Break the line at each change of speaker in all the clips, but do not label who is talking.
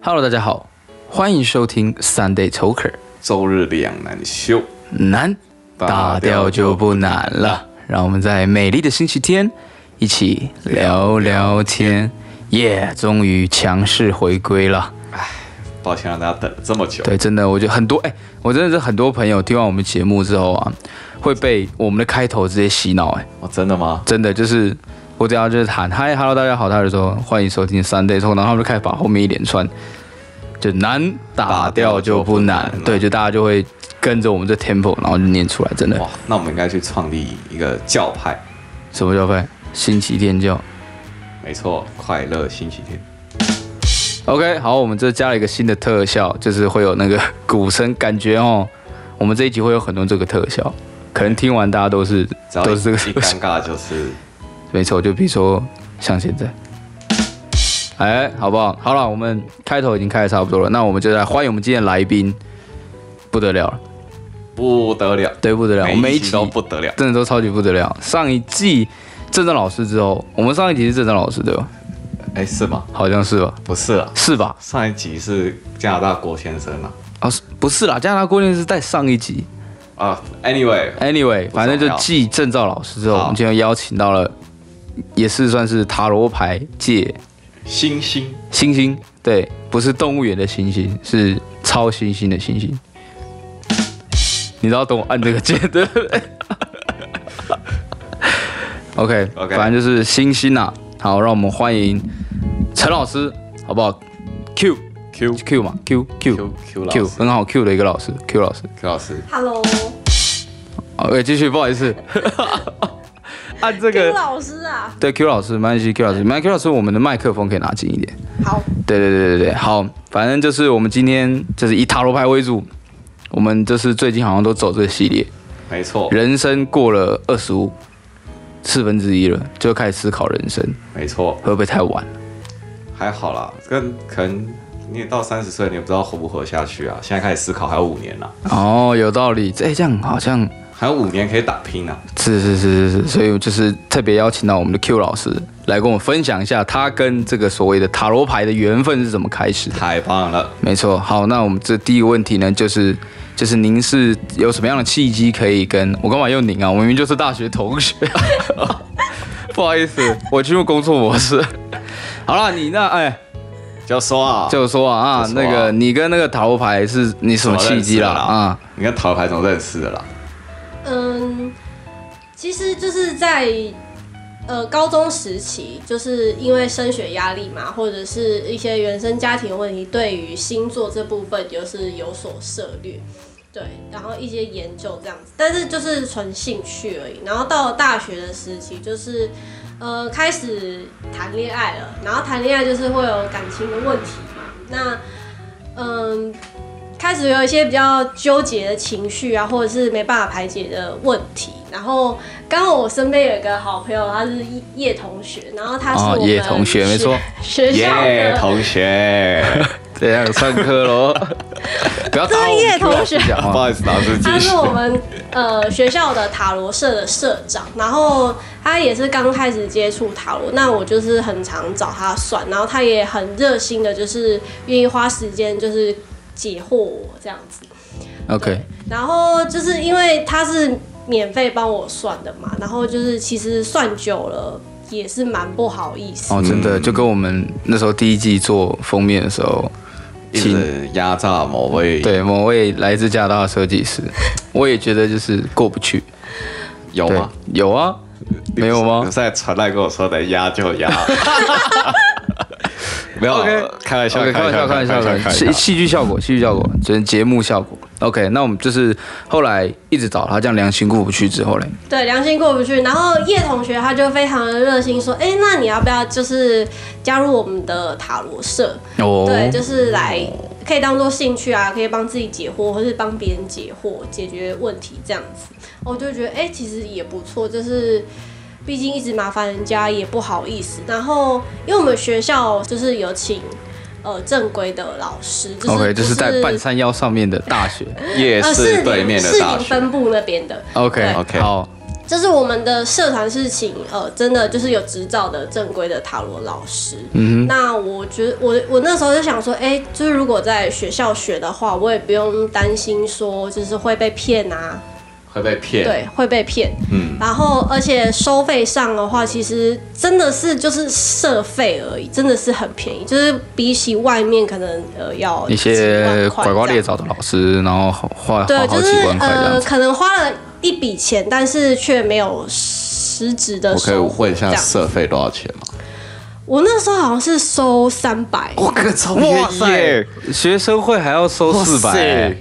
Hello，大家好，欢迎收听 Sunday Talker，
周日两难修，
难打掉就不难了。让我们在美丽的星期天一起聊聊天。耶、终于强势回归了。
抱歉让大家等了这么久。
对，真的，我觉得很多，哎、我真的是很多朋友听完我们节目之后啊，会被我们的开头直接洗脑、哎，
哦，真的吗？
真的就是。我只要就是喊嗨，hello，大家好，他就说欢迎收听 Sunday Talk，然后他们就开始把后面一连串就难打掉就不难
打掉就不难，了
对，就大家就会跟着我们这 tempo，然后就念出来，真的
哇，那我们应该去创立一个教派，
什么教派？星期天教。
没错，快乐星期天。
OK，好，我们这加了一个新的特效，就是会有那个鼓声，感觉哦，我们这一集会有很多这个特效，可能听完大家都是
只要一
都是这个
一
特效
尴，尬就是
没错，就比如说像现在。哎，好不好？好了，我们开头已经开的差不多了，那我们就来欢迎我们今天的来宾，不得了了，
不得了，
对，不得了，我们
每一
一
集
起
都不得了。
真的都超级不得了。上一季郑正老师之后，我们上一集是郑正老师对吧？
哎，是吗？
好像是吧？
不是啊，
是吧？
上一集是加拿大郭先生啊。
啊，是不是啦，加拿大郭念是在上一集。
啊，anyway，
Anyway，
重要
反正就继郑照老师之后，
好
我们今天邀请到了，也是算是塔罗牌界
星星
星星，对，不是动物园的星星，是超星星的星星。你知道等我按这个键 对不对？OK，
OK
反正就是星星啊。好，让我们欢迎陈老师，好不好？Q
Q
Q 嘛，Q Q
Q Q 老
Q
师
很好 Q 的一个老师，Q 老师。
，Q 老师，
Hello，
OK，继续，不好 意思，按这
丁
个。
老师啊，
对 Q 老师，没关系，Q 老师，没关系，Q 老师，我们的麦克风可以拿近一点。
好，
对对对对对，好，反正就是我们今天就是以塔罗牌为主，我们就是最近好像都走这个系列，
没错，
人生过了二十五四分之一了，就开始思考人生
没错，
会不会太晚了？
还好啦，跟可能你也到三十岁，你也不知道活不活下去啊。现在开始思考，还有五年啦，
哦，有道理，哎，这样好像
还有五年可以打拼啊。
是是是是是，所以我就是特别邀请到我们的 Q 老师来跟我们分享一下他跟这个所谓的塔罗牌的缘分是怎么开始的。
太棒了！
没错，好，那我们这第一个问题呢，就是就是您是有什么样的契机可以跟我干嘛用您啊？我明明就是大学同学， 不好意思，我进入工作模式。好了，你那哎，
就说啊，
就是说啊，
就说啊
那个你跟那个塔罗牌是你什么契机啦？
怎么认识的啦
啊？
你跟桃牌怎么认识的啦？
嗯，其实就是在呃高中时期，就是因为升学压力嘛，或者是一些原生家庭问题，对于星座这部分就是有所涉略。对，然后一些研究这样子，但是就是纯兴趣而已。然后到了大学的时期，就是呃开始谈恋爱了，然后谈恋爱就是会有感情的问题嘛。那嗯，开始有一些比较纠结的情绪啊，或者是没办法排解的问题。然后刚好我身边有一个好朋友，他是叶同学，然后他是
哦
我们
叶同学没错
学学校的
耶、同学，
这样上课喽， 不要打我
专业同学
讲
不
话。
好意思，老师继
他
续
是。我们呃学校的塔罗社的社长，然后他也是刚开始接触塔罗，那我就是很常找他算，然后他也很热心的，就是愿意花时间就是解惑我这样子。
OK，
然后就是因为他是免费帮我算的嘛，然后就是其实算久了也是蛮不好意思。
哦，真的就跟我们那时候第一季做封面的时候，
一直压榨某位
对某位来自加拿大的设计师，我也觉得就是过不去。
有
对
吗？？
有啊，没有吗
你不是在传来跟我说的压就 压，没有
OK
开玩笑，
OK，开玩笑，呃开玩笑，开玩笑，戏戏剧效果，戏剧效果，就是节目效果。OK，那我们就是后来一直找他，这样良心过不去之后嘞，
对，良心过不去。然后叶同学他就非常的热心说：“哎，那你要不要就是加入我们的塔罗社？
哦
对，就是来可以当做兴趣啊，可以帮自己解惑，或是帮别人解惑，解决问题这样子。我就觉得，哎、其实也不错，就是毕竟一直麻烦人家也不好意思。然后，因为我们学校就是有请呃正规的老师，就是
OK，就是在半
不
山腰上面的大学。
夜
呃
市
士
对面
林
的
士
大学，
林哦分部那边的
OK
对
OK，好，
就是我们的社团是请呃，真的就是有执照的正规的塔罗老师。嗯，那我觉得我我那时候就想说，哎、就是如果在学校学的话，我也不用担心说就是会被骗啊，
会被骗。，
对，会被骗。
嗯，
然后而且收费上的话，其实真的是就是社费而已，真的是很便宜，就是比起外面可能呃要
一
几
些
万块
拐瓜
这样
裂枣的老师，然后花花
对，
好
就
几
是
万块这样
呃，
子。
可能花了一笔钱，但是却没有实质的
我可以
收获。
问一下
这样
社费多少钱吗？
我那时候好像是收三百，
我靠，超
呃
哇塞！，学生会还要收四
哇
百哎
塞，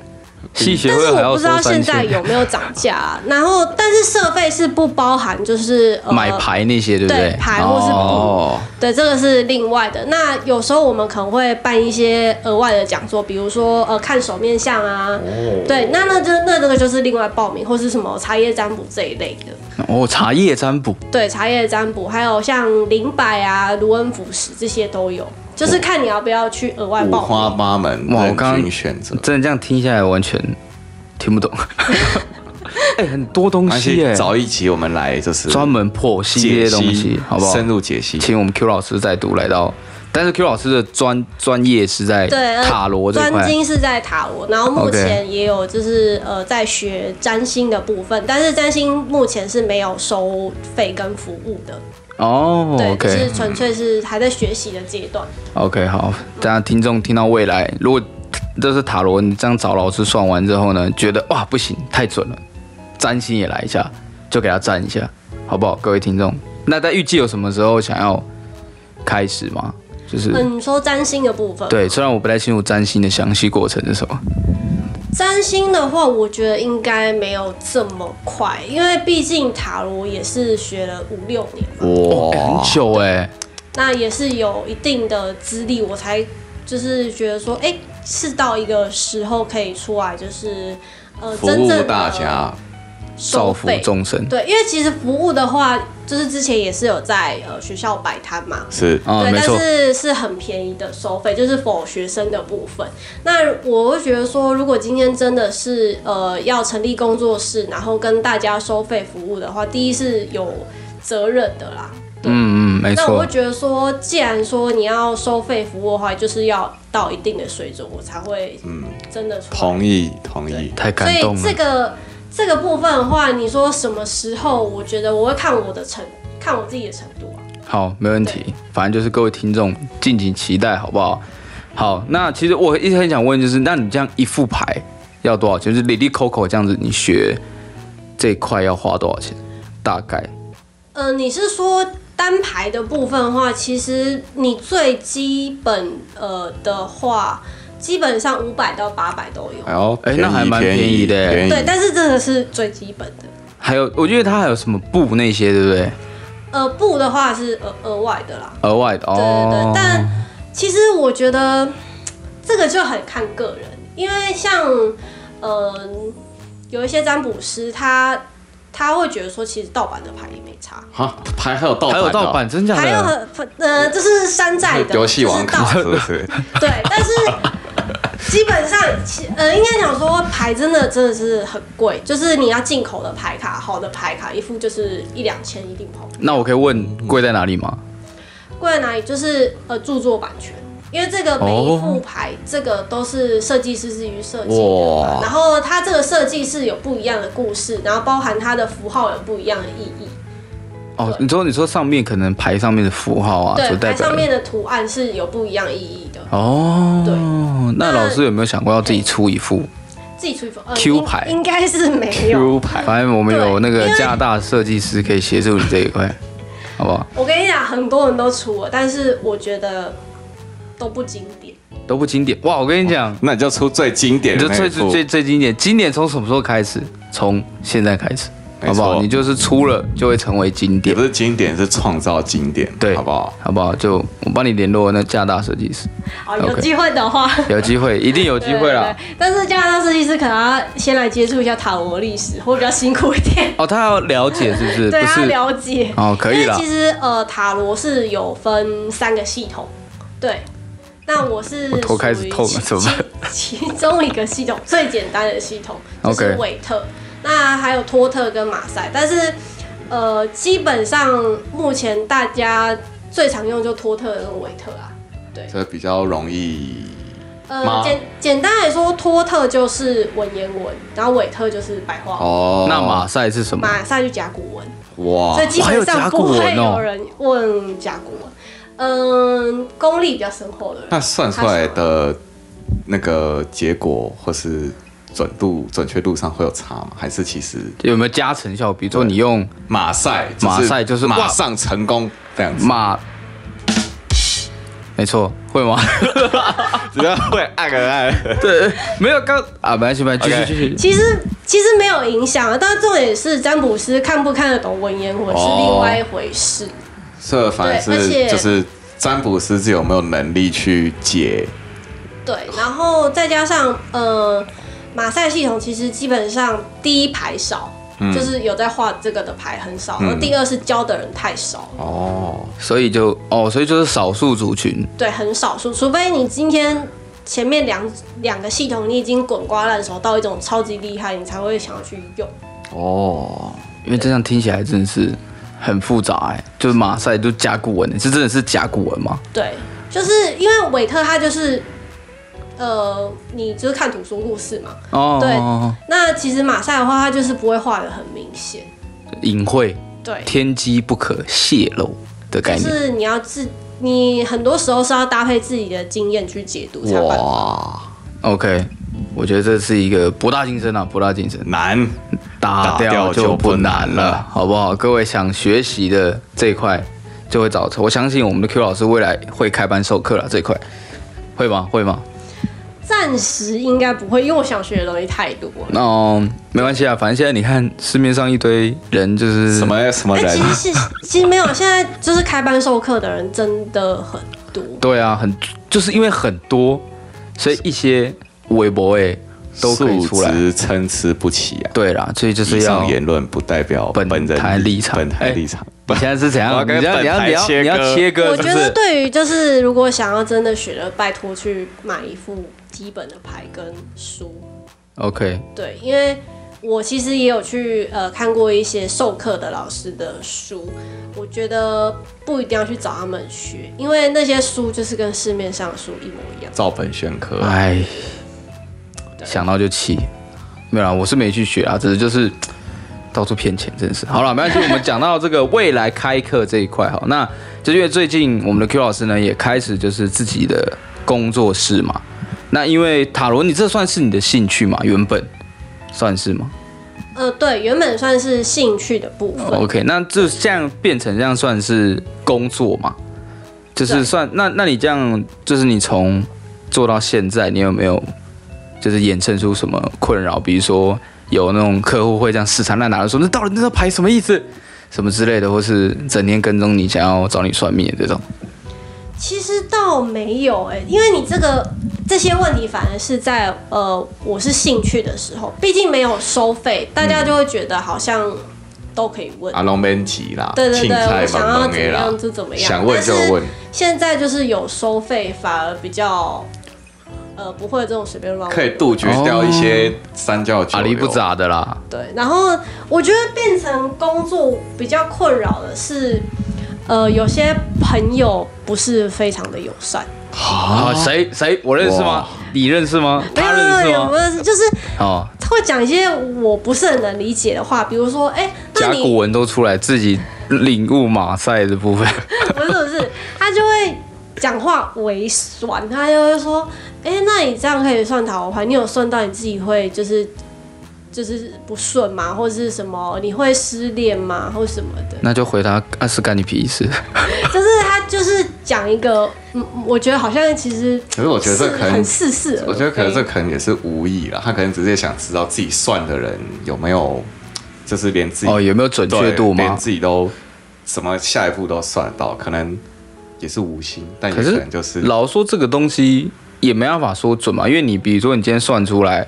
系学
但
会
是
还
我
要
不知道
收
现
三
在有
千。
没有涨价啊、然后，但是社费是不包含，就是、呃、
买牌那些对不
对牌或是
哦，
对，这个是另外的。那有时候我们可能会办一些额外的讲座，比如说呃看手面相啊，
哦
对，那那就那这个就是另外报名或是什么茶叶占卜这一类的。
哦，茶叶占卜，
对，茶叶占卜，还有像灵摆啊、卢恩符石这些都有，
嗯
就是看你要不要去额外
五花
报名。
八门，
哇我
任
刚刚
君选择。
真的这样听下来完全听不懂。哎，很多东
而
西耶
且，早一集我们来就是
专门剖析
解析
这些东西，好不好？
深入解析。
请我们 Q 老师再度来到，但是 Q 老师的专专业是在
对，呃
塔罗这一
专
块，
精是在塔罗，然后目
OK
前也有就是呃在学占星的部分，但是占星目前是没有收费跟服务的，
哦
对，就
，OK
是纯粹是还在学习的阶段。
OK，好，大家听众听到未来，如果这是塔罗，你这样找老师算完之后呢，觉得哇不行，太准了，占星也来一下，就给他占一下，好不好？各位听众，那在预计有什么时候想要开始吗？就是、
嗯，你说占星的部分，
对，虽然我不太清楚占星的详细过程是什么，
占星的话，我觉得应该没有这么快，因为毕竟塔罗也是学了五六年嘛。
哦哎
哇
很，久哎、
那也是有一定的资历，我才就是觉得说，哎、是到一个时候可以出来，就是呃，
服
真
务
正
大
的
家，
造
收
福
费。
众生
对，因为其实服务的话，就是之前也是有在呃学校摆摊嘛，
是
啊，
对，
没
但
错，
是是很便宜的收费，就是否学生的部分。那我会觉得说，如果今天真的是呃要成立工作室，然后跟大家收费服务的话，第一是有责任的啦。
嗯嗯，没
那我
错
会。觉得说，既然说你要收费服务的话，就是要到一定的水准，我才会
嗯，
真的出来。
同意同意。
太
所
感动啊
以
了，
这个这个部分的话，你说什么时候？我觉得我会看我的程，看我自己的程度啊。
好，没问题。反正就是各位听众敬请期待，好不好？好，那其实我一直很想问，就是那你这样一副牌要多少钱？就是 Lily Coco 这样子，你学这一块要花多少钱？大概
呃，你是说单排的部分的话，其实你最基本呃的话，基本上五百到八百都有。
哎呦，
哎那还蛮便宜的哎
便宜
对，但是这个是最基本的。
还有，我觉得它还有什么布那些，对不对？
呃，布的话是额额外的啦。
额外的
对
哦，
对对，但其实我觉得这个就很看个人，因为像呃有一些占卜师他。他会觉得说，其实盗版的牌也没差，
哈牌还有盗
还
版的
有
哦，
盗版，真假
还有
的？
很呃，这是山寨 的
游戏王
这是盗
卡是不是？
对，但是基本上，其呃，应该讲说牌真的真的是很贵，就是你要进口的牌卡，好的牌卡一副就是一两千一定跑。
那我可以问贵在哪里吗？
嗯贵在哪里？就是呃著作版权。因为这个每一副牌，这个都是设计师自己去设计的嘛
哇，
然后它这个设计是有不一样的故事，然后包含它的符号有不一样的意义，
哦，你说你说上面可能牌上面的符号啊，
对
所，代
牌
表的
上面的图案是有不一样意义的。
哦。
对
那
那
老师有没有想过要自己出一副？
自己出一副呃
Q
应
牌
应该是没有
Q 牌
反正我们有那个
对因为
加拿大设计师可以协助你这一块，好不好？
我跟你讲，很多人都出了，但是我觉得都不经典。
都不经典哇！我跟你讲，
那你就出最经典
你
的
就
那
最
一
最
副，
最最经典，经典从什么时候开始？从现在开始，
没
好不好？
错
你就是出了就会成为经
也
典
不，是经典，是创造经典，
对，
好不好？？
好不好？就我帮你联络那加拿大设 计师，
好，
OK
哦有机会的话，
有机会一定有机会
对
啦
对。对但是加拿大设计师可能要先来接触一下塔罗历史，会比较辛苦一点。
哦，他要了解是不是？
对，
不
他要
是
了解。
哦，可以
因为
啦
其。实呃，塔罗是有分三个系统，对。那我是
我头开始痛了
属于其
怎么办
其 其中一个系统最简单的系统就是
OK
韦特那还有托特跟马赛，但是呃，基本上目前大家最常用就托特跟韦特啊。
这比较容易
呃，
吗
简简单来说，托特就是文言文，然后韦特就是白话文，
哦。
那马赛是什么？
马赛就甲骨文。
哇
所以，基本上不
哦哇还
会
有甲骨文哦
有人问甲骨文。嗯，功力比较深厚的人，
那算出来的那个结果或是准度、准确度上会有差吗？还是其实
有没有加成效？比如说你用
马赛只
马赛就是哇
马上成功这样子，
马，没错，会吗？
只要会按个 按，
对，没有刚啊，没关系，没关系，继
OK
续继续。
其实其实没有影响啊。但是重点是占卜师看不看得懂文言文是
哦
另外一回事。
哦
这反而
对而
是
且
就是占卜师自己有没有能力去解
对，然后再加上呃，马赛系统其实基本上第一牌少，
嗯
就是有在画这个的牌很少，然后第二是教的人太少了。
哦。
所以就哦，所以就是少数族群，
对，很少数，除非你今天前面两两个系统你已经滚瓜烂熟到一种超级厉害，你才会想要去用。
哦，
因为这样听起来真的是很复杂哎、就是马赛就甲骨文、欸，这真的是甲骨文吗？
对，就是因为韦特他就是，呃，你就是看图说故事嘛。
哦，
那其实马赛的话，他就是不会画的很明显，
隐晦，
对，
天机不可泄露的概
就
念。
是你要自，你很多时候是要搭配自己的经验去解读才有办法。
哇，
OK，我觉得这是一个博大精深啊，博大精深。
难，
打掉就不难了，好不好？各位想学习的这一块就会找，我相信我们的 Q 老师未来会开班授课了这一块，会吗？会吗？
暂时应该不会，因为我想学的东西太多了。
那、嗯没关系啊，反正现在你看市面上一堆人就是
什么什么
哎、
人
其？实是，其实没有，现在就是开班授课的人真的很多。
对啊，很就是因为很多，所以一些微博哎都可以出来
数。值参差不齐啊。
对啦，所以就是
以
要
上言论不代表
本
人
台立场
本台
哎
立场。
你现在是怎
我
样？
要
你
跟
要你要
本台
你要
切
你
割
要切割
我
是
觉
不
得
是？
对于就是如果想要真的学的，拜托去买一副基本的牌跟书。
OK，
对，因为我其实也有去呃看过一些授课的老师的书，我觉得不一定要去找他们学，因为那些书就是跟市面上的书一模一样。
照本宣科啊，
哎，想到就气。没有啦，我是没去学啊，只是就是到处骗钱，真是。好了，没关系，我们讲到这个未来开课这一块哈，那就因为最近我们的 Q 老师呢也开始就是自己的工作室嘛，那因为塔罗你这算是你的兴趣嘛，原本算是吗
呃，对，原本算是兴趣的部分。
哦
？OK，那就这样变成这样算是工作嘛，就是
对
算那那你这样就是你从做到现在，你有没有就是衍生出什么困扰？比如说有那种客户会这样死缠烂打的说，那到底那张牌什么意思？什么之类的，或是整天跟踪你，想要找你算命的这种。
其实倒没有哎、因为你这个这些问题反而是在呃我是兴趣的时候，毕竟没有收费，大
嗯
家就会觉得好像都可以问。
阿龙边急啦，
对对
青
对，
菜
我想要
忙
怎么
的啦
样，就怎么样，
想问就问。
现在就是有收费，反而比较呃不会这种随便乱问
可以杜绝掉一些三教九
哦阿
流
狸不咋的啦，
对，然后我觉得变成工作比较困扰的是，呃，有些朋友不是非常的友善。
啊，谁谁我认识吗
哇？
你认识吗？他认
没
识
有
吗
没？有，就是
哦，
会讲一些我不是很能理解的话，比如说，哎、那
甲
你
骨文都出来，自己领悟马赛的部分。
不是不是，他就会讲话微酸，他就会说，哎、那你这样可以算塔罗牌？你有算到你自己会就是就是不顺吗？或者是什么？你会失恋吗？或什么的？
那就回答啊，是干你屁事。
就是他就是讲一个，嗯，我觉得好像其实
可是我觉得这
是
可能
很似是而非，
我觉得可能这可能也是无意啦，他可能只是想知道自己算的人有没有，就是连自己
哦，有没有准
对
确度
连
吗？
自己都什么下一步都算得到，可能也是无心，但也
可
可
是
能就是
老说这个东西也没办法说准嘛，因为你比如说你今天算出来，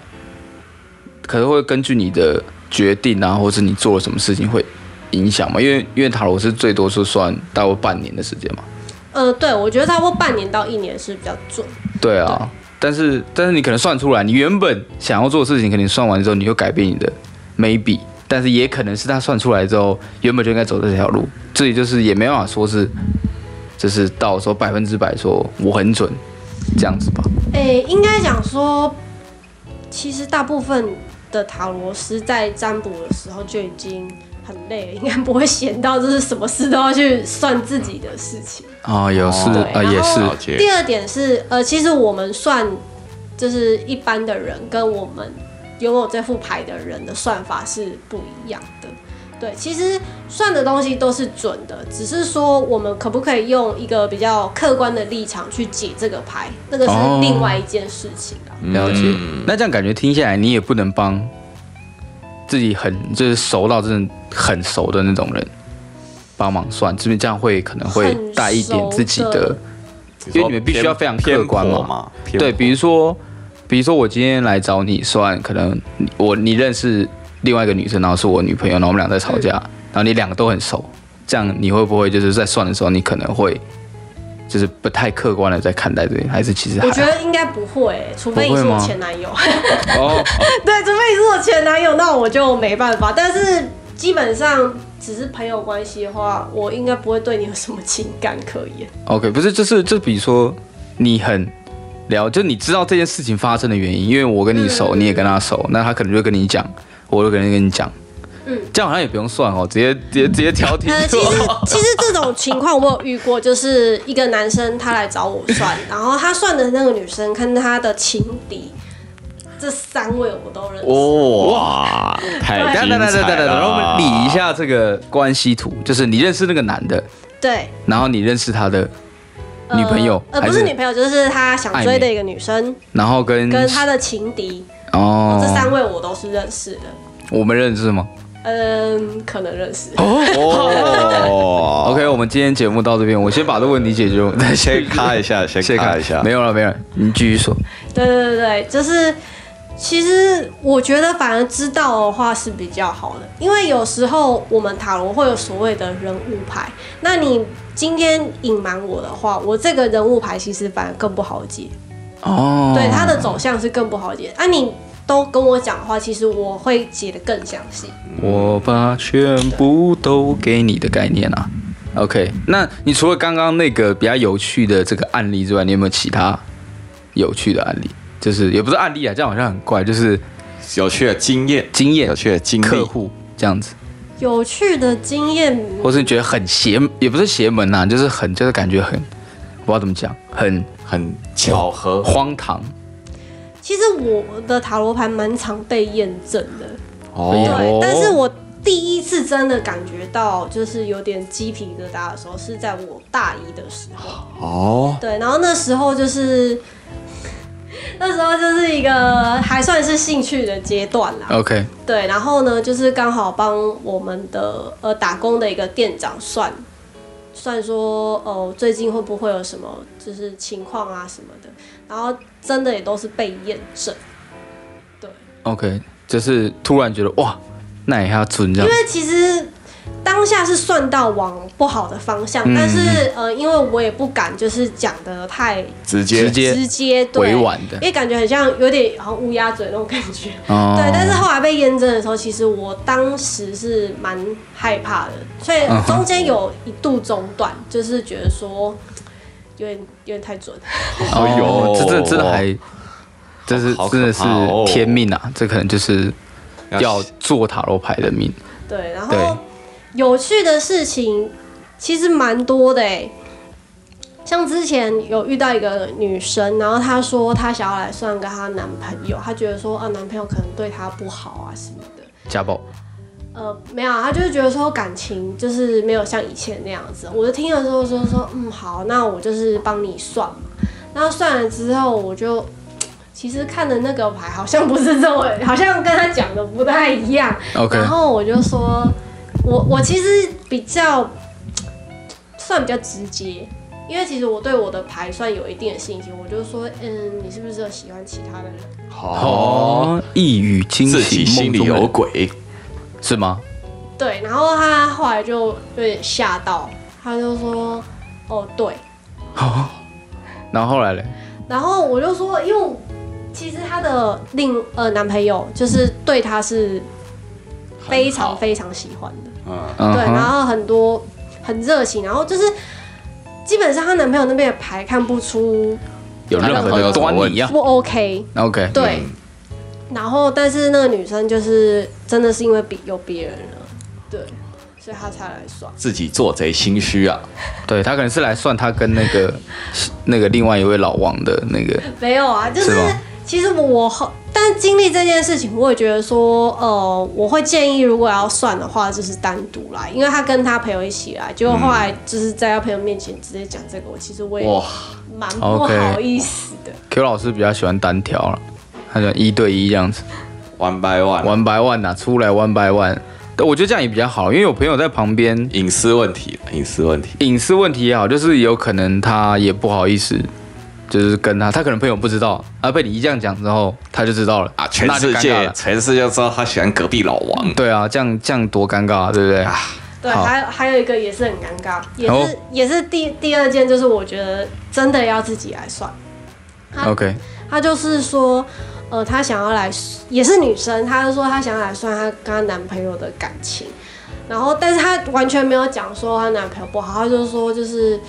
可是会根据你的决定啊，或是你做了什么事情会影响嘛。因为因为塔罗是最多是算大概半年的时间嘛。
呃，对我觉得差不多半年到一年是比较准。
对啊，但是但是你可能算出来，你原本想要做的事情，可能算完之后你就改变你的 maybe，但是也可能是他算出来之后，原本就应该走这条路，这里就是也没办法说是，就是到时候百分之百说我很准，这样子吧。
诶、应该讲说，其实大部分的塔罗师在占卜的时候就已经很累了，应该不会闲到就是什么事都要去算自己的事情。
哦，有是
对
啊、呃也是
了解
第二点是，呃，其实我们算就是一般的人跟我们拥有这副牌的人的算法是不一样的。对，其实算的东西都是准的，只是说我们可不可以用一个比较客观的立场去解这个牌，那个是
哦
另外一件事情啊。
了解、
嗯
那这样感觉听下来，你也不能帮自己很就是熟到真的很熟的那种人帮忙算，这边这样会可能会
很
带一点自己
熟
的
的
因为你们必须要非常客观嘛
偏颇嘛。偏颇
对，比如说，比如说我今天来找你算，可能你我你认识另外一个女生，然后是我女朋友，然后我们俩在吵架，然后你两个都很熟，这样你会不会就是在算的时候，你可能会就是不太客观的在看待这个，还是其实还
我觉
好
得应该不会、除非你是
不会
我
吗
前男友。
哦，
对，除非你是我前男友，那我就没办法。但是基本上只是朋友关系的话，我应该不会对你有什么情感可言。
哦 OK，不是，就是就比如说你很聊，就你知道这件事情发生的原因，因为我跟你熟，
嗯
你也跟他熟，那他可能就会跟你讲，我就可能跟你讲，
嗯，
这样好像也不用算哦，直接直接直接调停 就
呃，其实
好。
其实这种情况我有遇过，就是一个男生他来找我算，然后他算的那个女生跟他的情敌，这三位我都认识。
哦哇， 太精
等一下等一下等一
彩
下等一下，
了！
然后我们理一，下这个关系图，就是你认识那个男的，
对，
然后你认识他的
呃
女朋友
呃，
还
不
是
是女朋友，就是他想追的一个女生，
然后跟
跟他的情敌，
哦
这三位我都是认识的。
我们认识吗？
嗯，可能认识。
哦
OK，我们今天节目到这边，我先把这个问题解决，我们再
先咔 一下，先
先
咔
看
一下，
没有了，没有了，你继续说。
对对对对，就是其实我觉得反而知道的话是比较好的，因为有时候我们塔罗会有所谓的人物牌，那你今天隐瞒我的话，我这个人物牌其实反而更不好解，
哦，
对它的走向是更不好解。啊，你都跟我讲的话，其实我会解的更详细。
我把全部都给你的概念啊。OK，那你除了刚刚那个比较有趣的这个案例之外，你有没有其他有趣的案例？就是也不是案例啊，这样好像很怪，就是
有趣的经验，
经验
有趣的经历，
客户这样子，
有趣的经验，
或是你觉得很邪，也不是邪门呐、就是很就是感觉很不知道怎么讲，很
很巧合，
荒唐。
其实我的塔罗牌蛮常被验证的。
哎呦
对，但是我第一次真的感觉到就是有点鸡皮疙瘩的时候，是在我大一的时候。
哦，
对，然后那时候就是， 那时候就是一个还算是兴趣的阶段啦。
OK，
对，然后呢，就是刚好帮我们的呃打工的一个店长算。算说哦、呃最近会不会有什么就是情况啊什么的，然后真的也都是被验证，对，
OK，就是突然觉得哇，那也要准这样
因为。其实当下是算到往不好的方向，
嗯
但是呃，因为我也不敢就是讲的太
直
直
接
接
直接，对，
委婉的
因为感觉很像有点好像乌鸦嘴那种感觉。
哦
对，但是后来被验证的时候，其实我当时是蛮害怕的，所以
嗯哼
中间有一度中断，就是觉得说有点有点太准。
哎呦
哦这真的真的还，这是
好可怕
真的是
哦
天命啊！这可能就是要做塔罗牌的命。
对，然
对
后有趣的事情其实蛮多的哎，像之前有遇到一个女生，然后她说她想要来算个她男朋友，她觉得说啊男朋友可能对她不好啊什么的。
家暴，
呃，没有啊，她就是觉得说感情就是没有像以前那样子。我就听了之后说说，嗯，好，那我就是帮你算嘛。然后算了之后，我就其实看的那个牌好像不是这么，好像跟她讲的不太一样。
OK
然后我就说，我我其实比较算比较直接，因为其实我对我的牌算有一定的信心，我就说，嗯，你是不是有喜欢其他的人？
哦，
哦，一语惊
自
醒
己心
梦
里
中
有
人，
鬼，
是吗？
对，然后他后来就有点吓到，他就说，哦，对。
然后后来嘞，
然后我就说，因为其实她的另呃男朋友就是对她是
很
非
好
常非常喜欢的。
嗯
嗯
对，然
哼，
后很多很热情，然后就是基本上她男朋友那边的牌看不出
有任何的端倪啊
不 OK，
？OK，
对。然后，但是那个女生就是真的是因为比有别人了，对，所以她才来耍。
自己做贼心虚啊，
对他可能是来算他跟那个那个另外一位老王的那个，
没有啊，就是是
吗
其实我后，但经历这件事情，我也觉得说，呃，我会建议如果要算的话，就是单独来，因为她跟她朋友一起来，结果后来就是在她朋友面前直接讲这个，我其实我也
哇，
蛮不
OK
好意思的。
Q 老师比较喜欢单挑了，他喜欢一对一这样子
，one by one，
，one by one 呐、出来 one by one，但我觉得这样也比较好，因为有朋友在旁边，
隐私问题，隐私问题，
隐私问题也好，就是有可能他也不好意思，就是跟他，他可能朋友不知道，啊，被你一这样讲之后，他就知道了
啊，全
那就
世
尴尬
界
了
全世界都知道他喜欢隔壁老王，
对啊，这样这样多尴尬、啊，对不对？
对，
好
还有还有一个也是很尴尬，也是、
哦
也是第第二件，就是我觉得真的要自己来算。他
OK，
他就是说，呃，她想要来，也是女生，她就说她想要来算她跟她男朋友的感情，然后但是她完全没有讲说她男朋友不好，她就说就是。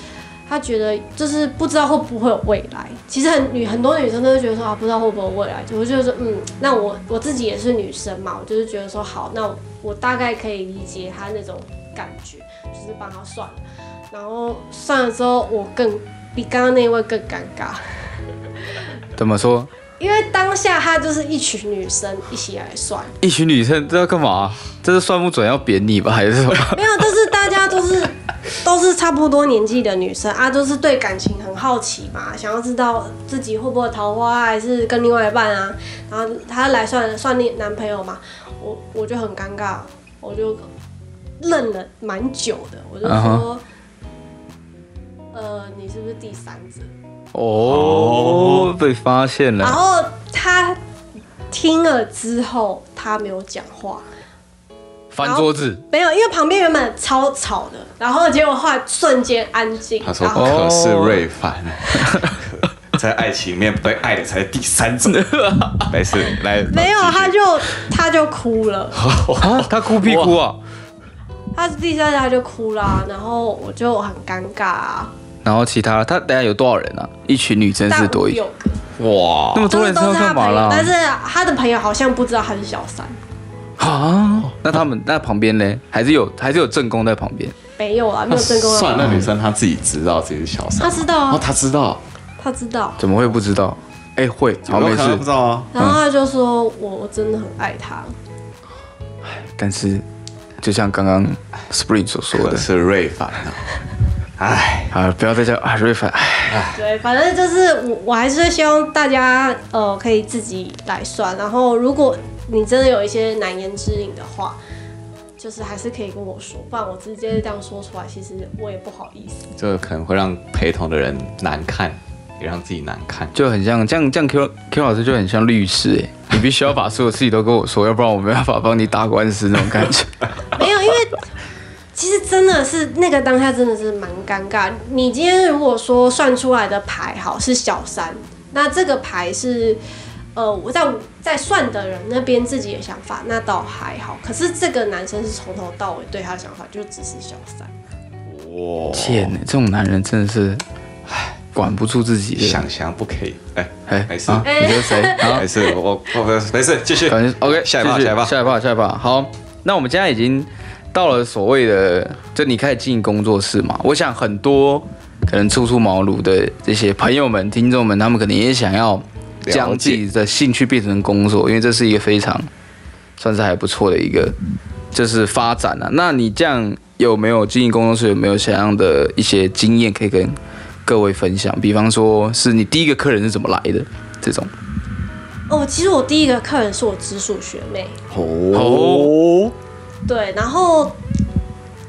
她觉得就是不知道会不会有未来，其实很女很多女生都会觉得说啊，不知道会不会有未来。我就觉得说，嗯，那我我自己也是女生嘛，我就是觉得说好，那我我大概可以理解她那种感觉，就是帮她算了。然后算了之后，我更比刚刚那一位更尴尬，
怎么说？
因为当下她就是一群女生一起来算，
一群女生这要干嘛？啊这是算不准要扁你吧，还是什么？
没有，就是大家都是 都是差不多年纪的女生啊，就是对感情很好奇嘛，想要知道自己会不会桃花，还是跟另外一半啊，然后她来算算你男朋友嘛，我我就很尴尬，我就愣了蛮久的，我就
嗯
说
哼
呃，你是不是第三者？
哦，被发现
然
了。
后他听了之后，他没有讲话，
翻桌子，
没有，因为旁边原本超吵的，然后结果后来瞬间安静。
他说
然后
哦
可是瑞凡， 在爱情里面被爱的才是第三 者，没事，来，
没有，
继续
他就他就哭了，
啊，他哭屁哭啊！
他第三次他就哭啦、然后我就很尴尬啊，
然后其他他等下有多少人啊？一群女生
但
是多一
有个，
哇
那，么多
就是
人
都
要
是
干
他
嘛
朋友
啦，？
但是他的朋友好像不知道他是小三，
啊，那他们那旁边呢？还是有还是有正宫在旁边？
没有啊，没有正宫
算
啊，
那女生她自己知道自己是小三，
他知道
哦，
啊，
她知道，
他知道，
怎么会不知道？哎，会，好
有
没
可能
事
不知。道啊，
然后他就说我我真的很爱他，
但是就像刚刚 Spring 所说
可
的，
是瑞凡啊，哎，
啊，不要再叫啊瑞凡，哎
对，反正就是我，我还是希望大家呃可以自己来算。然后，如果你真的有一些难言之隐的话，就是还是可以跟我说，不然我直接这样说出来，其实我也不好意思。
这可能会让陪同的人难看，也让自己难看。
就很像这样这样 Q Q 老师就很像律师哎，你必须要把所有事情都跟我说，要不然我没办法帮你打官司那种感觉。
没有，因为其实真的是那个当下真的是蛮尴尬。你今天如果说算出来的牌好是小三，那这个牌是呃我在在算的人那边自己的想法，那倒还好。可是这个男生是从头到尾对他的想法就只是小三。
哇，
贱欸，这种男人真的是，唉，管不住自己的。
想想不可以，哎
哎，
没事
啊你说谁？啊
没，事，我我没事，继续
感觉 OK，
下一趴
继续
下一趴
下一趴，下一趴。好，那我们现在已经到了所谓的，就你开始进工作室嘛。我想很多可能初出茅庐的这些朋友们、听众们，他们可能也想要将
了
自
解
己的兴趣变成工作，因为这是一个非常算是还不错的一个就是发展啊。那你这样有没有经营工作室？有没有什么样的一些经验可以跟各位分享？比方说是你第一个客人是怎么来的这种？
哦，其实我第一个客人是我直属学妹，
哦，
对，然后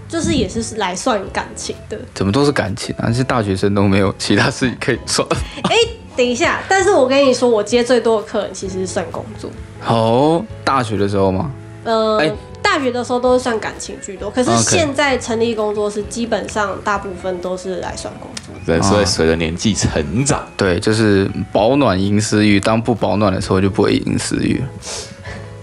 就是也是来算感情的。
怎么都是感情啊？这些大学生都没有其他事情可以做。
哎、等一下，但是我跟你说，我接最多的客人其实是算工作，
哦，大学的时候吗？
呃，
哎
大学的时候都是算感情居多，可是
OK
现在成立工作室，基本上大部分都是来算工作。
人
啊
是会随着年纪成长，
对，就是保暖赢私欲，当不保暖的时候就不会赢私欲了。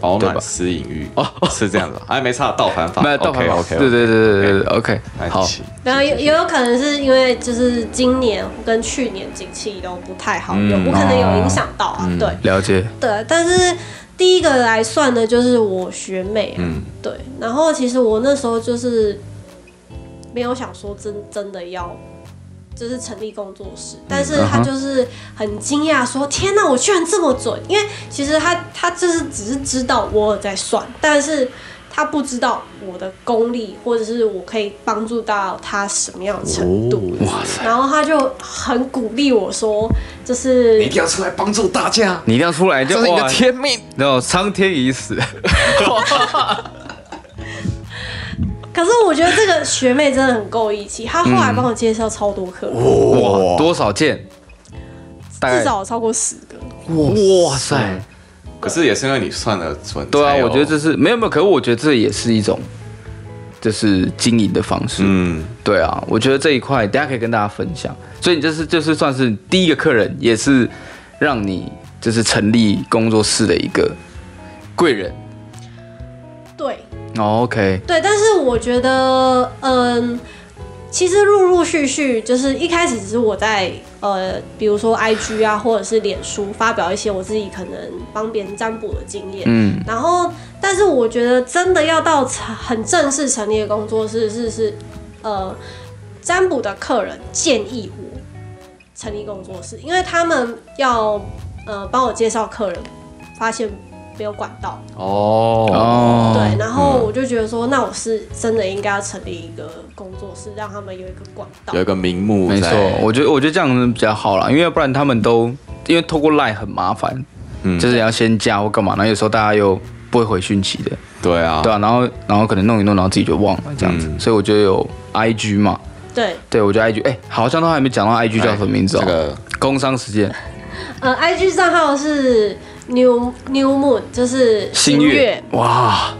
保
对吧哦
暖思淫欲，是这样 子。哎，没差，倒反法
没有倒排
OK
吧
OK，
对对对对对对，OK，好，
然后也也有可能是因为就是今年跟去年景气都不太好，有不可能有影响到啊，对
了解，
对。但是第一个来算的就是我学妹、啊，
嗯，
对。然后其实我那时候就是没有想说真真的要。就是成立工作室，但是
嗯
她
哼
就是很惊讶，说：“天哪，我居然这么准！”因为其实她她就是只是知道我有在算，但是她不知道我的功力或者是我可以帮助到她什么样的程度。
哦哇塞，
然后他就很鼓励我说，就是
定要出来帮助大家，
你一定要出来就哇，
天命。
然后苍天已死，
可是我觉得这个学妹真的很够义气，她后
嗯
来帮我介绍超多课，
哇，多少件？哦大概
至少超过十个。
哇塞，
可是也是因为你算的准，
对啊，
才有
我觉得这是没有没有，可是我觉得这也是一种，就是经营的方式。
嗯，
对啊，我觉得这一块大家可以跟大家分享。所以你这是就是算是第一个客人，也是让你就是成立工作室的一个贵人。
对
哦、OK，
对，但是我觉得，嗯，其实陆陆续续，就是一开始只是我在呃，比如说 IG 啊，或者是脸书发表一些我自己可能帮别人占卜的经验，
嗯，
然后，但是我觉得真的要到成很正式成立的工作室，是是，呃，占卜的客人建议我成立工作室，因为他们要呃帮我介绍客人，发现没有管道，
哦，
哦，
对，然后我就觉得说，那我是真的应该要成立一个工作室，让他们有一个管道
有。一个名目在，
没错，我觉得我觉得这样子比较好啦，因为不然他们都因为透过 line 很麻烦，
嗯
就是你要先加或干嘛，然后有时候大家又不会回讯息的，
对啊，
对啊，然后然后可能弄一弄，然后自己就忘了这样子，
嗯
所以我觉得有 IG 嘛，
对，
对我觉得 IG，哎、好像都还没讲到 IG 叫什么名字哦，
哎这个
工商时间，
呃，IG 账号是 New New Moon，就是
新月，哇，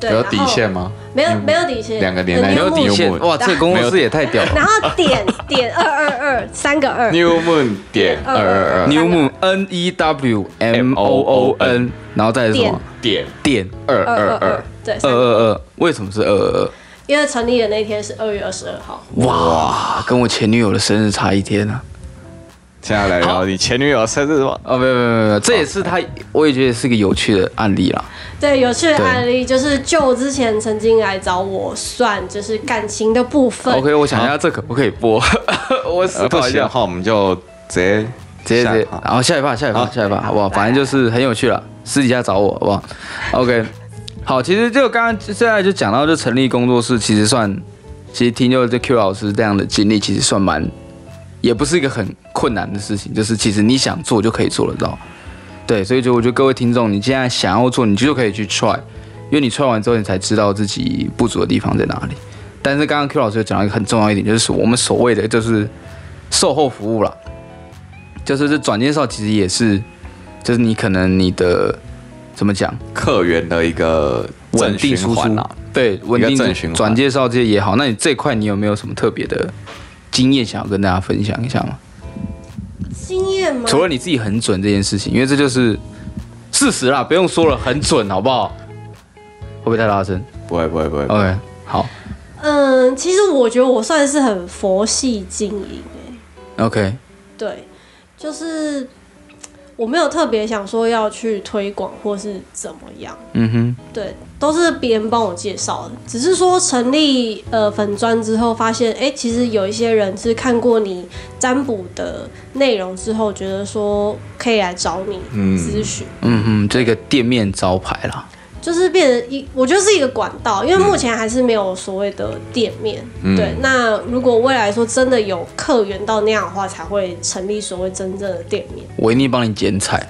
对，
有
然后
底线 吗？嗯
没有没有底线，
两个年代
呃
没有
New
底
Moon
线，哇，这个工作室也太屌 了
然后点点二二二三个二，
New Moon 点二二二
，New Moon N E W M O O N，然后再是什么？
点
点
二
二
二
二二
二，，
对，
二
三
二二，为什么是二二
因为成立的那天是二月二十二号，
二？哇，跟我前女友的生日差一天啊！
接下来聊你前女友生日吗？
哦，没有没有没有没有，这也是他，我也觉得是个有趣的案例啦。
对，有趣的案例就是舅之前曾经来找我算就是感情的部分
OK，我想一下这可不可以播？ 我思
呃，不
考一
行的
下，
话，我们就直
直接
接
直接
下，啊好
然后下一趴下一趴
好
下一趴，好不好？反正就是很有趣了，私底下找我好不好？OK，好，其实就刚刚现在就讲到，就成立工作室，其实算，其实听就这 Q 老师这样的经历，其实算蛮，也不是一个很困难的事情，就是其实你想做就可以做得到。对，所以就我觉得各位听众，你现在想要做，你就可以去 try，因为你 try 完之后，你才知道自己不足的地方在哪里。但是刚刚 Q 老师有讲到一个很重要一点，就是我们所谓的就是售后服务啦，就是这转介绍其实也是，就是你可能你的怎么讲，
客源的一个
稳定
正
输
循
出
环啊。，
对，稳
一
定
个正循环
转介绍这些也好，那你这块你有没有什么特别的经验想要跟大家分享一下吗？
经验吗？
除了你自己很准这件事情，因为这就是事实啦，不用说了，很准，好不好？会不会太大声
不会不会不会，
？OK，好
嗯，其实我觉得我算是很佛系经营、欸，
，OK，
对，就是我没有特别想说要去推广或是怎么样。
嗯哼，
对，都是别人帮我介绍的。只是说成立呃粉专之后，发现哎、诶其实有一些人是看过你占卜的内容之后，觉得说可以来找你
嗯
咨询，
嗯哼，这个店面招牌啦，
就是变成一，我觉得是一个管道，因为目前还是没有所谓的店面。
嗯
对，那如果未来说真的有客源到那样的话，才会成立所谓真正的店面。
我一定帮你剪彩，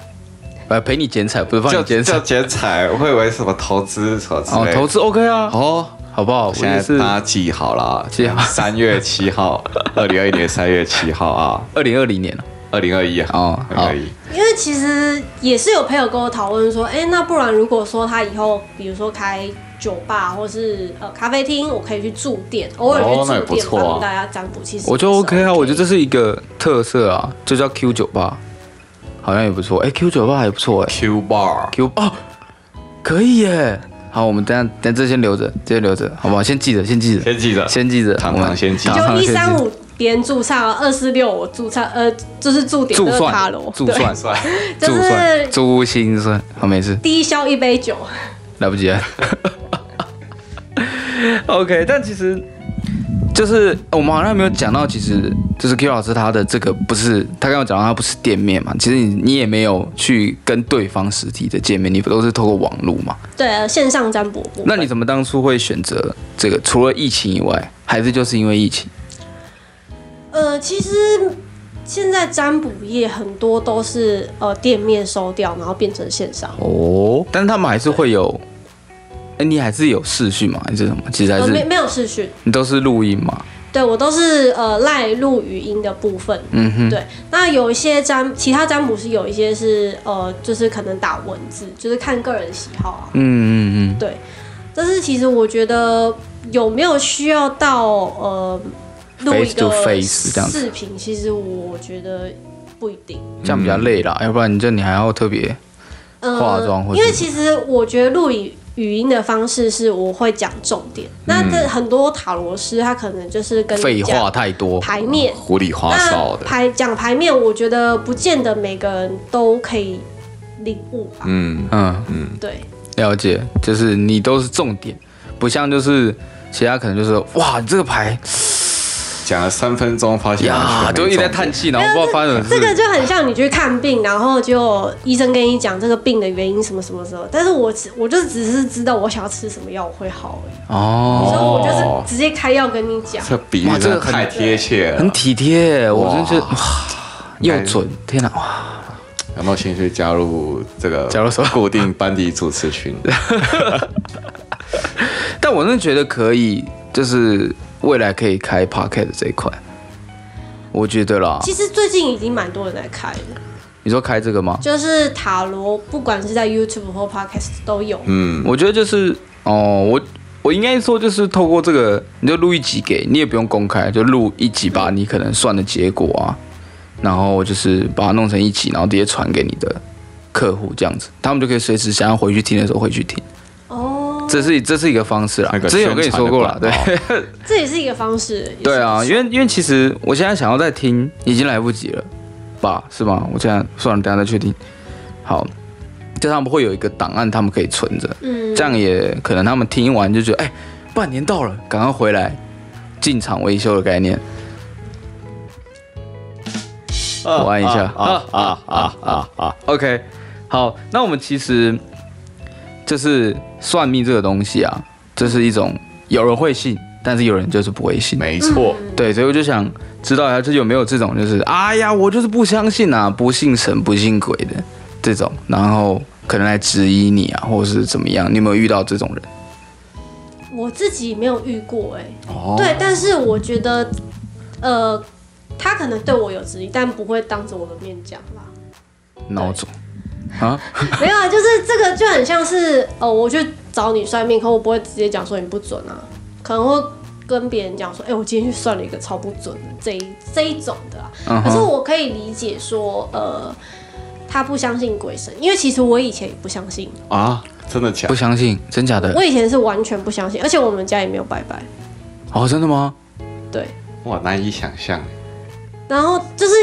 呃，陪你剪彩，不是帮你
就
剪彩
就。剪彩，我以为什么投资什么之
哦
类，的。
投资 OK 啊，
哦，
好不好？我
现
也
在
是
大家记好了，
记好
三月七号，二零二一年三月七号啊，
二零二零年了，
二零二一啊，
哦
二零二一，
因为其实也是有朋友跟我讨论说，哎、那不然如果说他以后，比如说开酒吧或是呃咖啡厅，我可以去驻店，偶尔去
哦那也
驻
不
店
错啊
帮大家占卜，其实
我觉得
也是
OK 啊，我觉得这是一个特色啊，就叫 Q 酒吧，好像也不错。哎，Q 酒吧还不错哎
Q bar
，Q 哦可以耶。好，我们等下等这先留着，这先留着，好不好？先记着，先记着，
先记着
先记着，
堂
我们
堂先记着
堂
就
堂
一
先记
三五连驻唱，二四六我驻唱，呃，就是驻点
注
那个塔
算
罗，，
注
对，
算，
算，
就
注算，
是
注心算，好，没事。
低消一杯酒，啊
来不及了。OK，但其实就是我们好像没有讲到，其实就是 Q 老师他的这个不是他刚刚有讲到他不是店面嘛，其实你你也没有去跟对方实体的见面，你不都是透过网络嘛？
对，线上占卜部分。
那你怎么当初会选择这个？除了疫情以外，还是就是因为疫情？
呃，其实现在占卜业很多都是呃店面收掉，然后变成线上。
哦，但是他们还是会有，哎、你还是有视讯嘛？还是什么？其实还
呃，没
是
没有视讯，
你都是录音嘛？
对我都是呃赖录语音的部分。
嗯哼，
对，那有一些占，其他占卜是有一些是呃，就是可能打文字，就是看个人喜好啊。
嗯嗯
对，但是其实我觉得有没有需要到呃录一
Face to
个
face 这样子
视频，其实我觉得不一定。
嗯，这样比较累啦，要不然你这你还要特别。
呃
化妆或是
因为其实我觉得录语语音的方式是我会讲重点，那这很多塔罗师他可能就是跟你
嗯废
讲
话太多。
牌面，
糊里花
那
哨的，
牌讲牌面，我觉得不见得每个人都可以领悟吧。
嗯，
嗯，
对，
了解，就是你都是重点，不像就是其他可能就是哇，你这个牌
讲了三分钟，发现
呀，就一直在叹
气，
气，然后不知道发生什么
这个
事。
就很像你去看病，然后就医生跟你讲这个病的原因什么什么什么，但是我只我就只是知道我想要吃什么药我会好而已，
哦，
所以我
哦
就是直接开药跟你讲。
这比喻
哇这
真
个
的
很
太贴切了
很。体贴，我真的觉得
哇
哇，又准，天哪，哇，
有没有兴趣加入这个？
加入什么
固定班底主持群？
但我真的觉得可以，就是未来可以开 Pocket 这一块，我觉得啦。
其实最近已经蛮多人在开了。
你说开这个吗？
就是塔罗，不管是在 YouTube 或 Podcast 都有。
嗯，
我觉得就是哦，我我应该说就是透过这个，你就录一集给你也不用公开，就录一集把你可能算的结果啊，然后就是把它弄成一集，然后直接传给你的客户这样子，他们就可以随时想要回去听的时候回去听，
哦，
这是这是一个方式啦
那。个
之前有跟你说过啦，
宣
对
传的
这也是一个方式。也是
对啊，
不错
因为因为其实我现在想要再听已经来不及了吧？是吗？我现在算了，等一下再确定。好，就他们会有一个档案，他们可以存着。
嗯
这样也可能他们听完就觉得，哎、半年到了，赶快回来进场维修的概念。我按一下
啊啊啊啊啊！
OK，好，那我们其实就是算命这个东西啊，这是一种有人会信，但是有人就是不会信。
没错，
对，所以我就想知道一下，就是有没有这种，就是哎呀，我就是不相信啊，不信神不信鬼的这种，然后可能来质疑你啊，或者是怎么样？你有没有遇到这种人？
我自己没有遇过哎、
哦
对，但是我觉得，呃，他可能对我有质疑，但不会当着我的面讲 啦。
孬种 啊？
没有啊，就是这个就很像是，呃，我去找你算命，可我不会直接讲说你不准啊，可能会跟别人讲说，哎、我今天去算了一个超不准的这一这一种的啊。
嗯
可是
哼，
我可以理解说，呃，他不相信鬼神，因为其实我以前也不相信，
啊，真的假
不？相信，真假的？
我以前是完全不相信，而且我们家也没有拜拜，
哦，真的吗？
对。
哇，难以想象。
然后就是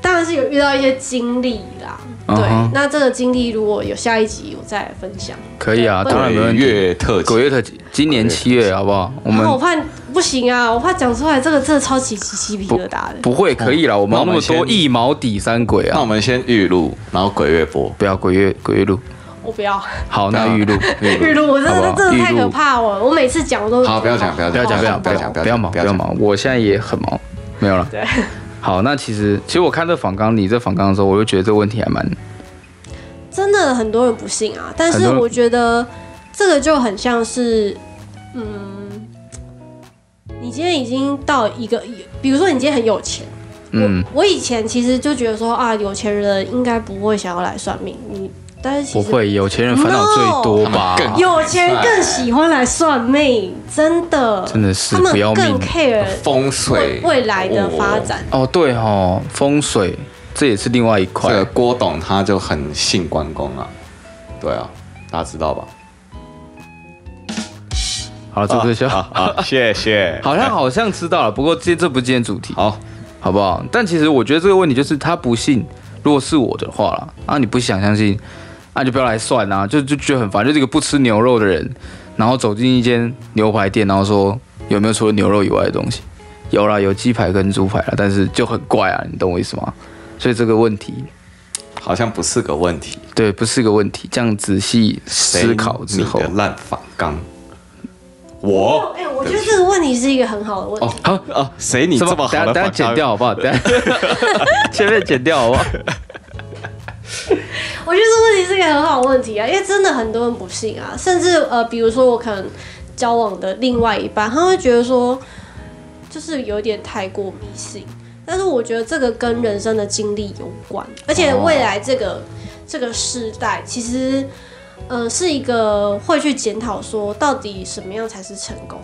当然是有遇到一些经历啦，对。
嗯哼
那这个经历如果有下一集，我再来分享。
可以啊，
对
当然没
鬼
问题。
月特辑
鬼，月特辑，今年七月好不好？
啊
我
然
们
后啊我怕不行啊，我怕讲出来这个真的超级鸡鸡皮疙瘩的。
不会可以啦，我们有那么
哦那
多
我们先
一毛抵三鬼
那
啊
我，们先预录，然后鬼月播。
不要鬼月鬼月录。
我不要
好，
啊
那预录
玉露，我真
好不
的
好
真的太
玉露
可怕了，我每次讲我都
好不要讲不要
不要讲，不要
好
不要讲，
好
不要忙，
不
不
要
要
讲
忙。我现在也很忙，没有了。
对。
好，那其实其实我看这访纲，你这访纲的时候，我就觉得这个问题还蛮
真的很多人不信啊，但
很
是
多人
我觉得这个就很像是，嗯，你今天已经到一个，比如说你今天很有钱，
嗯，
我我以前其实就觉得说啊，有钱人应该不会想要来算命，你但是其
不
实
会有钱人烦恼最多吧？
No
有钱人更喜欢来算命，真的，
真的是
他们
不要命
更 care
风
未
水
未来的发展，
哦，对哦，风水这也是另外一
哦。这个
块。
郭董他就很信关公啊，对啊，大家知道吧？
好了，这不是笑，
啊啊，谢谢。
好像好像知道了，不过这这不是今天主题，
好，
好不好？但其实我觉得这个问题就是他不信，如果是我的话啦，啊，你不想相信，那、你就不要来算啊，就就觉得很烦，就是一个不吃牛肉的人，然后走进一间牛排店，然后说有没有除了牛肉以外的东西？有啦，有鸡排跟猪排啦，但是就很怪啊，你懂我意思吗？所以这个问题，
好像不是个问题。
对，不是个问题。这样仔细思考之后
谁，你的烂反刚，我
哎、我觉得这个问题是一个很好的问题。
哦，好，
啊，谁你这么好
等下
的
等下
反
剪
刚？
掉好不好？等下前面剪掉好 不好？
我觉得这问题是一个很好的问题啊，因为真的很多人不信啊，甚至呃，比如说我可能交往的另外一半，他会觉得说，就是有点太过迷信。但是我觉得这个跟人生的经历有关，而且未来这个、这个时代，其实呃是一个会去检讨说，到底什么样才是成功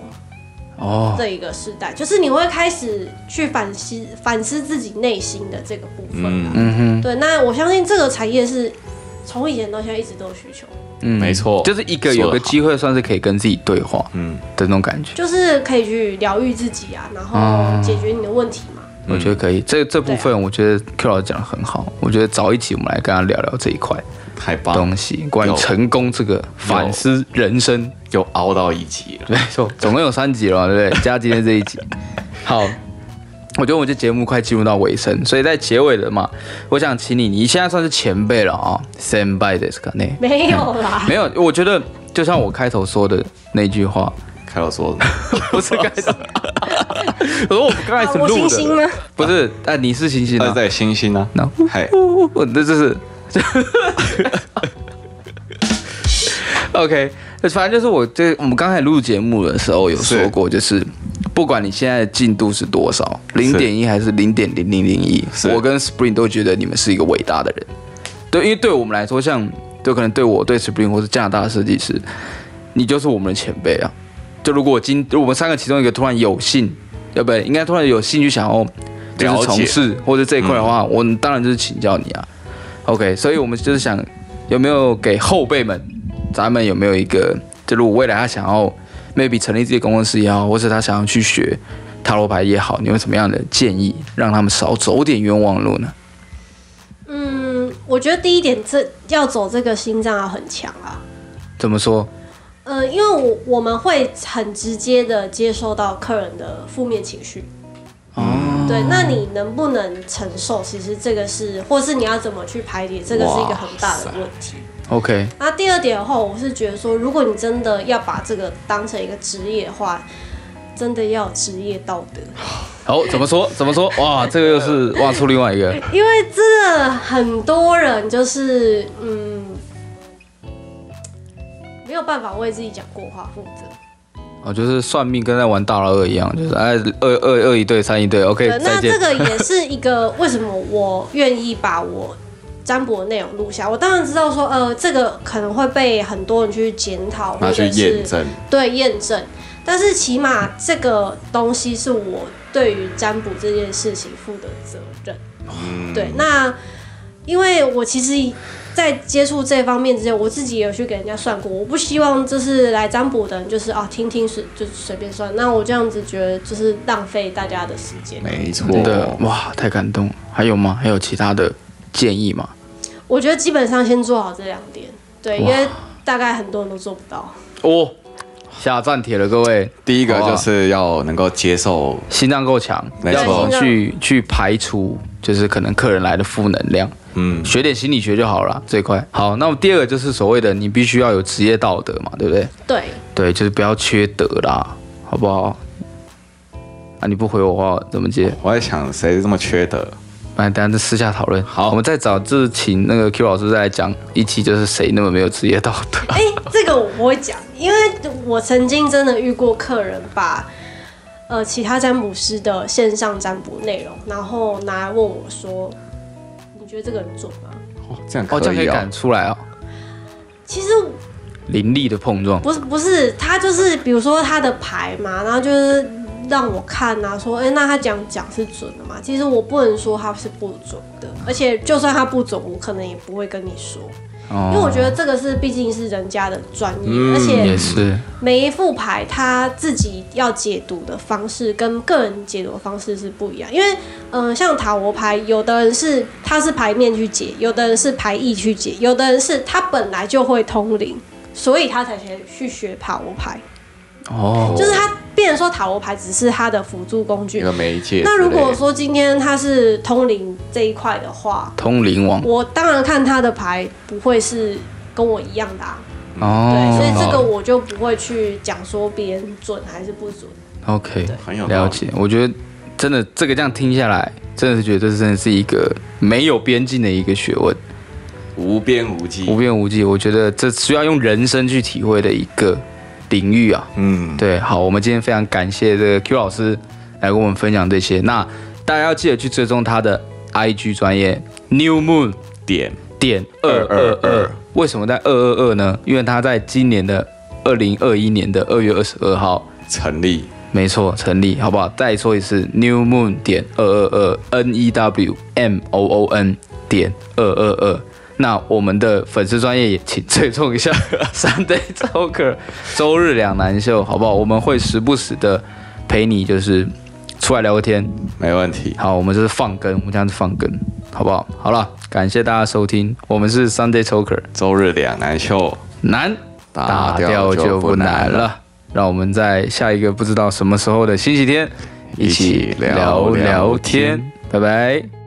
哦，
这一个时代，就是你会开始去反思反思自己内心的这个部分啊、
嗯，
嗯哼，
对，那我相信这个产业是从以前到现在一直都有需求，
嗯
没错
就是一个有个机会算是可以跟自己对话
嗯，
的那种感觉，
就是可以去疗愈自己啊，然
哦
后解决你的问题嘛。
嗯
我觉得可以。这这部分我觉得 Q 老师讲的很好，我觉得早一起我们来跟他聊聊这一块
太棒，
东西，关于
啊有
成功这个反思人生。
又熬到一集了。
没 错，总共有三集了，对不对？加今天这一集。好，我觉得我们这节目快进入到尾声，所以在结尾的嘛，我想请你，你现在算是前辈了啊、s a n by this 可内。
没有啦，
没有，我觉得就像我开头说的那句话，
开头说，
不是开头，我说我刚开始
啊我
录
星星
的，
呢？
不是，但你是星星
那
啊，
在星星呢？
No
嘿，
我那这是，OK，反正就是我这我们刚才录节目的时候有说过，就是不管你现在的进度是多少，零点一还是零点零零零一，
是
我跟 Spring 都觉得你们是一个伟大的人。对，因为对我们来说，像就可能对我对 Spring 或是加拿大的设计师，你就是我们的前辈啊。就如果我今如果我们三个其中一个突然有幸，要不然应该突然有兴趣想要就
了解
是从事或者这一块的话，我当然就是请教你啊。OK，所以我们就是想有没有给后辈们，咱们有没有一个，就如果未来他想要 maybe 成立自己的工作室也好，或者他想要去学塔罗牌也好，你有什么样的建议，让他们少走点冤枉路呢？
嗯，我觉得第一点，这要走这个心脏要很强啊。
怎么说？
呃，因为我我们会很直接的接受到客人的负面情绪，
哦，
对，那你能不能承受？其实这个是，或是你要怎么去排解，这个是一个很大的
哇塞
问题。
，OK，
那第二点的话，我是觉得说，如果你真的要把这个当成一个职业的话，真的要有职业道德，
好，怎么说？怎么说？哇，这个又是挖出另外一个，
因为真的很多人就是嗯，没有办法为自己讲过话负责。
哦，就是算命跟在玩大老二一样，就是哎，二二二一对，三一对，OK，
对，
再
那
见
这。个也是一个为什么我愿意把我占卜的内容录下。我当然知道说，呃，这个可能会被很多人去检讨，
拿
或
去
者是
验证，
对验证，但是起码这个东西是我对于占卜这件事情负的责任。
嗯，
对，那因为我其实，在接触这方面之前，我自己也有去给人家算过，我不希望就是来占卜的人就是啊听听随就随便算，那我这样子觉得就是浪费大家的时间。
没错，
真的哇，太感动了。还有吗？还有其他的建议吗？
我觉得基本上先做好这两点，对，因
哇
为大概很多人都做不到。
哦，下站帖了，各位，
第一个
好啊
就是要能够接受，
心脏够强，
没错
要去去排除，就是可能客人来的负能量，
嗯，
学点心理学就好了，最快。好，那么第二个就是所谓的你必须要有职业道德嘛，对不对？
对，
对，就是不要缺德啦，好不好？啊，你不回我话怎么接？
我在想谁这么缺德，
哎，等下再私下讨论。
好
我们再找，就是请那个 Q 老师再来讲一期，就是谁那么没有职业道德。
哎、 这个我不会讲，因为我曾经真的遇过客人把呃其他占卜师的线上占卜内容，然后拿来问我说：“你觉得这个人准吗
哦，这样可
哦，这样可以
以
赶
哦，
出来哦，？”
其实
凌厉的碰撞。
不是不是，他就是比如说他的牌嘛，然后就是让我看啊，说，哎、那他讲讲是准的嘛？其实我不能说他是不准的，而且就算他不准，我可能也不会跟你说，因为我觉得这个是毕竟是人家的专业，
嗯
而且
也是，
每一副牌他自己要解读的方式跟个人解读的方式是不一样，因为嗯、呃像塔罗牌，有的人是他是牌面去解，有的人是牌意去解，有的人是他本来就会通灵，所以他才学去学塔罗牌，
哦，
就是他变成说塔罗牌只是他的辅助工
一
具
个。媒介之类的。
那如果说今天他是通灵这一块的话，
通灵王
我当然看他的牌不会是跟我一样的、啊，对，
哦，
所以这个我就不会去讲说别人准还是不准。
OK
很有道理
了解，我觉得真的这个这样听下来，真的是觉得这真的是一个没有边境的一个学问，
无边无际，
无边无际。我觉得这需要用人生去体会的一个领域啊。
嗯，
对，好，我们今天非常感谢这个 Q 老师来跟我们分享这些。那大家要记得去追踪他的 IG 专业 New Moon
点
点二二二
222。
为什么在二二二呢？因为他在今年的二零二一年的二月二十二号
成立，
没错，成立，好不好？再说一次，New Moon 点二二二 N E W M O O N 点二二二。那我们的粉丝专业也请追踪一下 Sunday Talker 周日两难秀，好不好？我们会时不时的陪你，就是出来聊个天。
没问题。
好，我们这是放根，我们这样子放根，好不好？好了，感谢大家收听，我们是 Sunday Talker，
周日两难秀，
难
打掉
就
就不
难
难
了。让我们在下一个不知道什么时候的星期天
一起聊
聊
聊
天，拜拜。